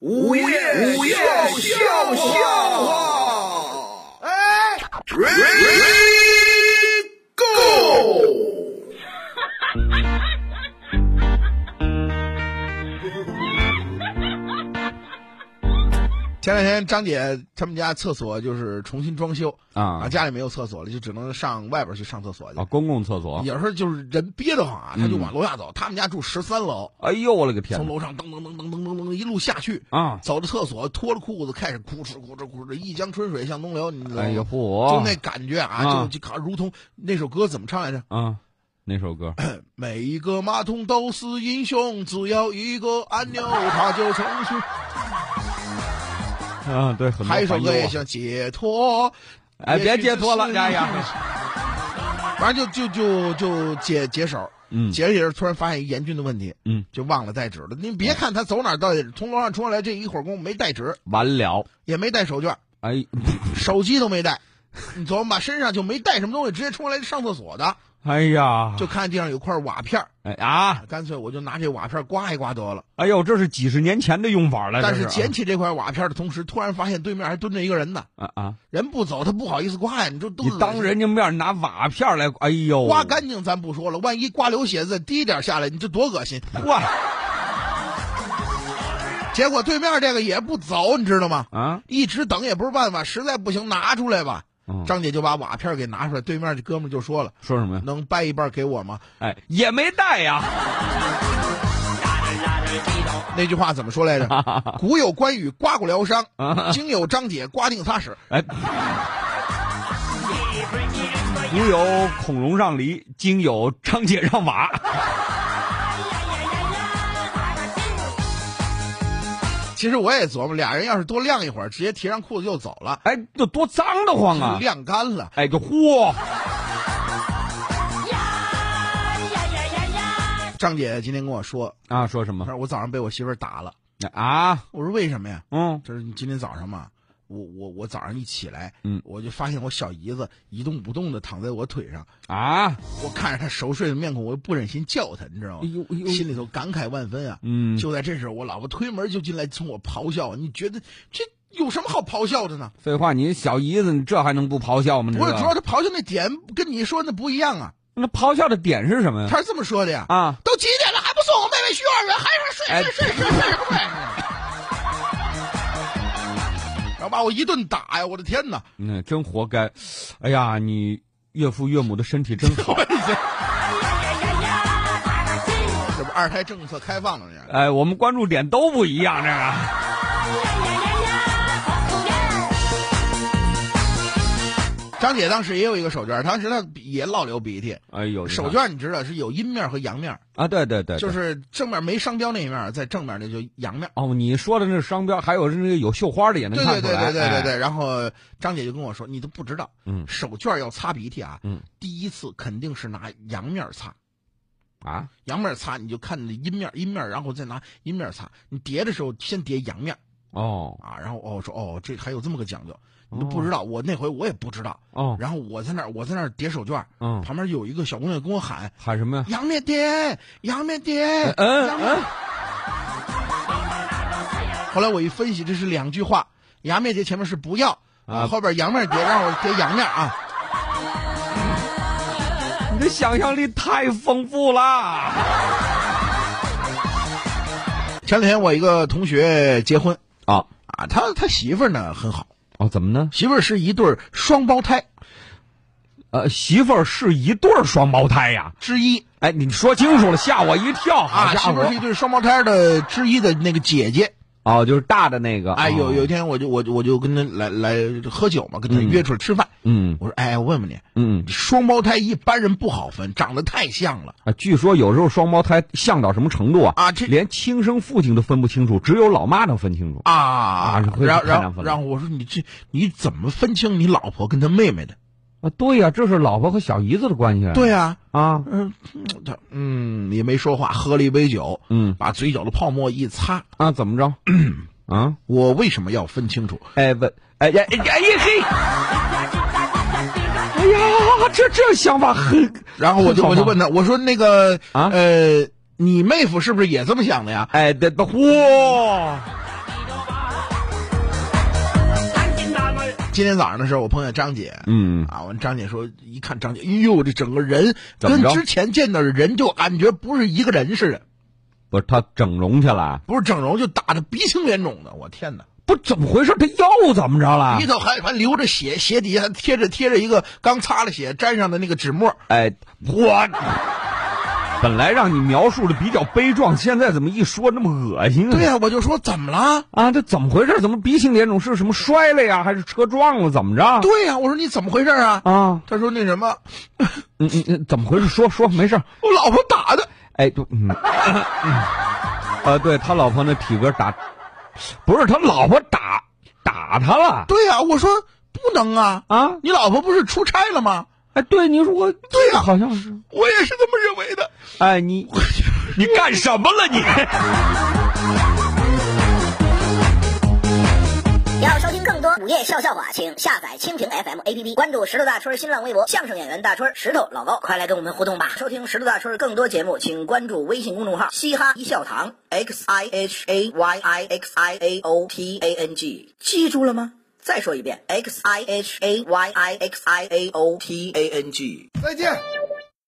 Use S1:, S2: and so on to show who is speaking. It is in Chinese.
S1: 午夜午夜笑笑话，哎，Ready Go！
S2: 前两天张姐他们家厕所就是重新装修啊，
S3: 啊
S2: 家里没有厕所了，就只能上外边去上厕所去
S3: 啊，。公共厕所。
S2: 有时候就是人憋得慌啊，他就往楼下走。他们家住十三楼，
S3: 哎呦，我了个嗯天
S2: 从
S3: 哪！
S2: 楼上噔噔噔噔噔噔噔一路下去，
S3: 啊，
S2: 走到厕所，脱了裤子开始哭哧哭哧哭哧，一江春水向东流。你知道吗
S3: 哎呦，
S2: 就那
S3: 嚯！
S2: 感觉啊，
S3: 啊
S2: 就就好如同那首歌怎么唱来着？
S3: 啊，那 首歌，
S2: 每一个马桶都是英雄，只要一个按 钮，
S3: 哎
S2: 它就重新。
S3: 啊，对，很多
S2: 还有一首
S3: 朋
S2: 歌
S3: 友
S2: 也
S3: 啊
S2: 行，解脱。
S3: 哎，别
S2: 解
S3: 解脱了，哎呀，，
S2: 反正就就就就解解手，
S3: 嗯
S2: 解着解着突然发现一严峻的问题，
S3: 嗯，哦
S2: 就忘了带纸了。您别看他走哪儿到底从楼上冲下来这一会儿功夫没带纸，
S3: 完了，
S2: 也没带手绢，
S3: 哎，
S2: 手机都没带。你琢磨吧，身上就没带什么东西，直接冲下来上厕所的，
S3: 哎呀，
S2: 就看地上有块瓦片儿
S3: 哎啊，
S2: 干脆我就拿这瓦片儿刮一刮得了。
S3: 哎呦，这是几十年前的用法了，
S2: 但是
S3: 哎这啊
S2: 捡起这块瓦片儿的同时，突然发现对面还蹲着一个人呢，
S3: 啊啊啊，
S2: 人不走，他不好意思刮呀，你这都
S3: 你当人家面拿瓦片来，哎呦，
S2: 刮干净咱不说了，万一刮流血再滴点儿下来，你这多恶心！
S3: 哇
S2: 结果对面这个也不走，你知道吗？
S3: 啊，
S2: 一直等也不是办法，实在不行拿出来吧。
S3: 嗯
S2: 张姐就把瓦片儿给拿出来，对面这哥们儿就说了
S3: 说什么：“呀？
S2: 能掰一半给我吗
S3: 哎，也没带呀，？”
S2: 那句话怎么说 来着？古有关羽刮骨疗伤，
S3: 啊
S2: 今有张姐刮腚擦屎。
S3: 哎。古有孔融让梨，今有张姐让瓦。
S2: 其实我也琢磨，俩人要是多晾一会儿，直接提上裤子就走了，
S3: 哎，这多脏得慌
S2: 就
S3: 啊！
S2: 晾干了。
S3: 哎，这嚯，
S2: 张姐今天跟我说，
S3: 啊，说什
S2: 她
S3: 么
S2: 说我早上被我媳妇儿打了。
S3: 啊？
S2: 我说为什么呀？
S3: 嗯，
S2: 就是你今天早上嘛，我我我早上一起来，
S3: 嗯
S2: 我就发现我小姨子一动不动的躺在我腿上，
S3: 啊，
S2: 我看着她熟睡的面孔，我又不忍心叫她，你知道
S3: 哎
S2: 吗？
S3: 呦哎呦，
S2: 心里头感慨万分啊！
S3: 嗯，
S2: 就在这时候，我老婆推门就进来，冲我咆哮。你觉得这有什么好咆哮的呢？
S3: 废话，你小姨子，你这还能不咆哮吗？你
S2: 不是，
S3: 这
S2: 主要她咆哮那点跟你说那不一样啊。
S3: 那咆哮的点是什么呀？
S2: 她是这么说的呀：
S3: 啊，
S2: 都几点了还不送我妹妹去幼儿园，还
S3: 哎
S2: 是睡睡睡睡睡什么睡？ 然后把我一顿打呀！我的天哪！
S3: 嗯，真活该。哎呀，你岳父岳母的身体真 好。
S2: 这不二胎政策开放了这样。
S3: 哎，我们关注点都不一样，这个。
S2: 张姐当时也有一个手绢，当时她也老流鼻涕。
S3: 哎呦，你看
S2: 手绢你知道是有阴面和阳面，
S3: 啊，对对对，对
S2: 就是正面没商标那一面，在正面那就阳面。
S3: 哦，你说的那是商标，还有是那个有绣花的也能
S2: 对
S3: 看
S2: 对
S3: 出
S2: 对
S3: 来。
S2: 对对对
S3: 哎，
S2: 对。然后张姐就跟我说：“你都不知道，
S3: 嗯
S2: 手绢要擦鼻涕啊，
S3: 嗯
S2: 第一次肯定是拿阳面擦，
S3: 啊，
S2: 阳面擦你就看那阴面阴面，然后再拿阴面擦。你叠的时候先叠阳面
S3: 哦
S2: 啊。然后哦说哦这还有这么个讲究，你都不知道。我那回我也不知道。
S3: 哦，
S2: 然后我在那儿我在那儿叠手绢，
S3: 嗯，
S2: 旁边有一个小姑娘跟我喊。”
S3: 喊什么呀？
S2: 杨面爹，杨面爹，
S3: 嗯
S2: 杨面
S3: 嗯。
S2: 后来我一分析，这是两句话，杨面爹前面是不要，
S3: 啊
S2: 后边杨面爹让我叠杨面啊。
S3: 你的想象力太丰富啦！
S2: 前两天我一个同学结婚
S3: 啊，
S2: 啊，他他媳妇儿呢很好，
S3: 哦，怎么呢？
S2: 媳妇儿是一对儿双胞胎
S3: 呃，媳妇儿是一对儿双胞胎呀、
S2: 之一
S3: 哎，你说清楚了，吓我一跳！好
S2: 啊，
S3: 家
S2: 媳妇
S3: 伙
S2: 儿！是一对双胞胎的之一的那个姐姐。
S3: 哦，就是大的那个。
S2: 哎，
S3: 哦
S2: 有有一，天我就我就我就跟他来来喝酒嘛，跟他
S3: 嗯
S2: 约出来吃饭。
S3: 嗯
S2: 我说，哎，我问问你，
S3: 嗯
S2: 双胞胎一般人不好分，长得太像了。
S3: 啊，据说有时候双胞胎像到什么程度啊？
S2: 啊这
S3: 连亲生父亲都分不清楚，只有老妈能分清楚。
S2: 啊
S3: 啊
S2: 然
S3: 会
S2: 后
S3: 太
S2: 然
S3: 难
S2: 后
S3: 分了
S2: 然后我说你这你怎么分清你老婆跟她妹妹的？
S3: 啊，对呀、这是老婆和小姨子的关系。
S2: 对啊，
S3: 啊，
S2: 嗯，他嗯也没说话，喝了一杯酒，
S3: 嗯
S2: 把嘴角的泡沫一擦。
S3: 啊，怎么 着？啊，
S2: 我为什么要分清楚？
S3: 哎不，哎呀，哎呀哎呀嘿！哎呀，这这想法很，
S2: 然后我就
S3: 很好
S2: 我就问他，我说那个
S3: 啊
S2: 呃，你妹夫是不是也这么想的呀？
S3: 哎，对，嚯！
S2: 今天早上的时候，我碰见张姐，
S3: 嗯
S2: 啊，我张姐说，一看张姐，哎呦，这整个人
S3: 怎么
S2: 跟
S3: 着
S2: 之前见到的人就感觉不是一个人似的，
S3: 不是他整容去了？
S2: 不是整容就打的鼻青脸肿的，我天哪！
S3: 不是怎么回事？他又怎么着了
S2: 一？头还还流着血，鞋底下还贴着贴着一个刚擦了血沾上的那个纸沫，
S3: 哎，我本来让你描述的比较悲壮，现在怎么一说那么恶心啊？
S2: 对呀、我就说怎么了？
S3: 啊，这怎么回事？怎么鼻青脸肿？是什么摔了呀？还是车撞了？怎么着？
S2: 对呀、我说你怎么回事啊？
S3: 啊，
S2: 他说那什么，
S3: 嗯嗯嗯，怎么回事？说说，没事儿。
S2: 我老婆打的。
S3: 哎，就 嗯，嗯啊，对他老婆那体格打，不是他老婆打打他了
S2: 对呀、我说不能啊，
S3: 啊？
S2: 你老婆不是出差了吗？
S3: 哎，对，你说我对
S2: 呀
S3: 好像是。
S2: 我也是这么认为的。
S3: 哎，你你干什么了你？
S4: 要收听更多午夜笑笑话，请下载蜻蜓 FM APP，关注石头大春儿新浪微博，相声演员大春儿、石头老高，快来跟我们互动吧！收听石头大春儿更多节目，请关注微信公众号“嘻哈一笑堂 ”x i h a y i x i a o t a n g，记住了吗？再说一遍，x i h a y i x i a o t a n g。
S1: 再见。